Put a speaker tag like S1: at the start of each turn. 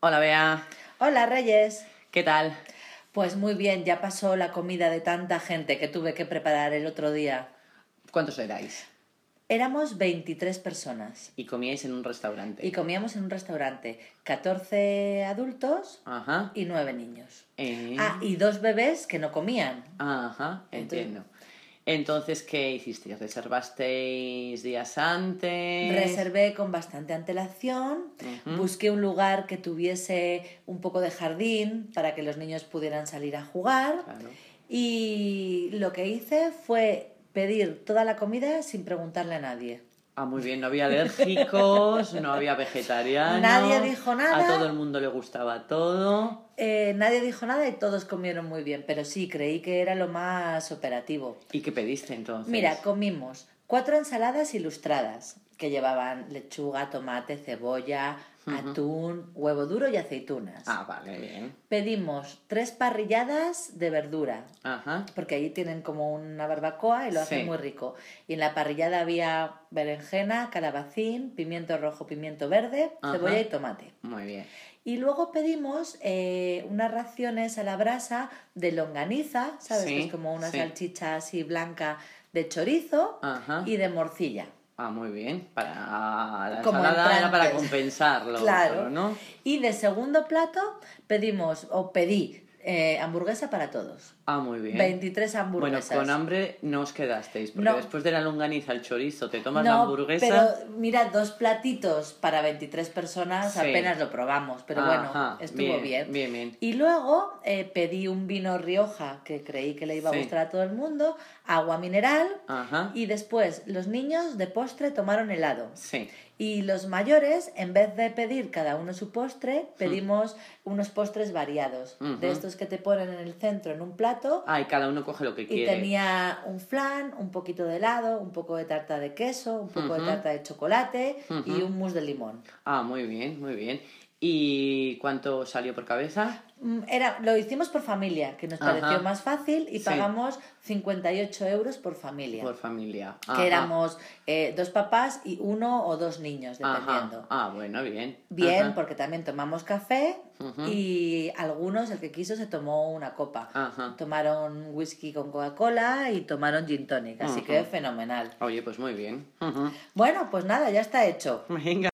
S1: Hola Bea,
S2: Hola Reyes.
S1: ¿qué tal?
S2: Pues muy bien, ya pasó la comida de tanta gente que tuve que preparar el otro día.
S1: ¿Cuántos erais?
S2: Éramos 23 personas
S1: Y comíais en un restaurante.
S2: y comíamos en un restaurante. 14 adultos
S1: Ajá.
S2: y 9 niños.
S1: Eh,
S2: Ah, y dos bebés que no comían.
S1: Ajá, entiendo. Entonces, ¿qué hicisteis? ¿Reservasteis días antes?
S2: Reservé con bastante antelación,
S1: Ujú.
S2: busqué un lugar que tuviese un poco de jardín para que los niños pudieran salir a jugar.
S1: Claro.
S2: Y lo que hice fue pedir toda la comida sin preguntarle a nadie.
S1: Ah, muy bien, no había alérgicos, no había vegetarianos.
S2: Nadie dijo nada.
S1: A todo el mundo le gustaba todo.
S2: Eh, nadie dijo nada y todos comieron muy bien, pero sí, creí que era lo más operativo.
S1: ¿Y qué pediste entonces?
S2: Mira, comimos cuatro ensaladas ilustradas que llevaban lechuga, tomate, cebolla, atún, huevo duro y aceitunas.
S1: Ah, vale, bien.
S2: Pedimos tres parrilladas de verdura,
S1: Ajá.
S2: porque allí tienen como una barbacoa y lo hacen
S1: Sí.
S2: muy rico. Y en la parrillada había berenjena, calabacín, pimiento rojo, pimiento verde,
S1: Ajá.
S2: cebolla y tomate.
S1: Muy bien.
S2: Y luego pedimos eh, unas raciones a la brasa de longaniza, ¿sabes?
S1: Sí,
S2: que es como una
S1: sí.
S2: salchicha así blanca de chorizo
S1: Ajá.
S2: y de morcilla.
S1: Ah, muy bien. Para la
S2: Como
S1: ensalada era para
S2: entrantes.
S1: compensarlo,
S2: Claro.
S1: otro, ¿no?
S2: Y de segundo plato pedimos, o pedí, eh, hamburguesa para todos.
S1: Ah, muy bien.
S2: 23
S1: Bueno,
S2: hamburguesas.
S1: con hambre no os quedasteis, porque
S2: No.
S1: después de la longaniza, el chorizo, te tomas la
S2: no,
S1: hamburguesa.
S2: pero mira, dos platitos para 23 personas
S1: Sí.
S2: apenas lo probamos, pero
S1: Ajá,
S2: bueno, estuvo
S1: bien,
S2: bien.
S1: bien, bien.
S2: Y luego eh, pedí un vino Rioja que creí que le iba a
S1: Sí.
S2: gustar a todo el mundo, agua mineral,
S1: Ajá.
S2: Y después los niños de postre tomaron helado.
S1: Sí.
S2: Y los mayores, en vez de pedir cada uno su postre, pedimos unos postres variados.
S1: Hmm. Ujú.
S2: De estos que te ponen en el centro en un plato.
S1: Ah, y cada uno coge lo que
S2: Y
S1: quiere.
S2: tenía un flan, un poquito de helado, un poco de tarta de queso, un poco de
S1: Ujú.
S2: tarta de chocolate y
S1: Ujú.
S2: un mousse de limón.
S1: Ah, muy bien, muy bien. ¿Y cuánto salió por cabeza?
S2: Mm, Era, lo hicimos por familia, que nos
S1: Ajá.
S2: pareció más fácil y
S1: Sí.
S2: pagamos 58 euros por familia.
S1: Por familia.
S2: Que
S1: Ajá.
S2: éramos eh, dos papás y uno o dos niños,
S1: Ajá.
S2: dependiendo.
S1: Ah, bueno, bien.
S2: Bien,
S1: Ajá.
S2: porque también tomamos café
S1: Ujú.
S2: y algunos, el que quiso, se tomó una copa.
S1: Ajá.
S2: Tomaron whisky con Coca-Cola y tomaron gin tonic, así
S1: Ujú.
S2: que fenomenal.
S1: Oye, pues muy bien. Ujú.
S2: Bueno, pues nada, ya está hecho.
S1: Venga.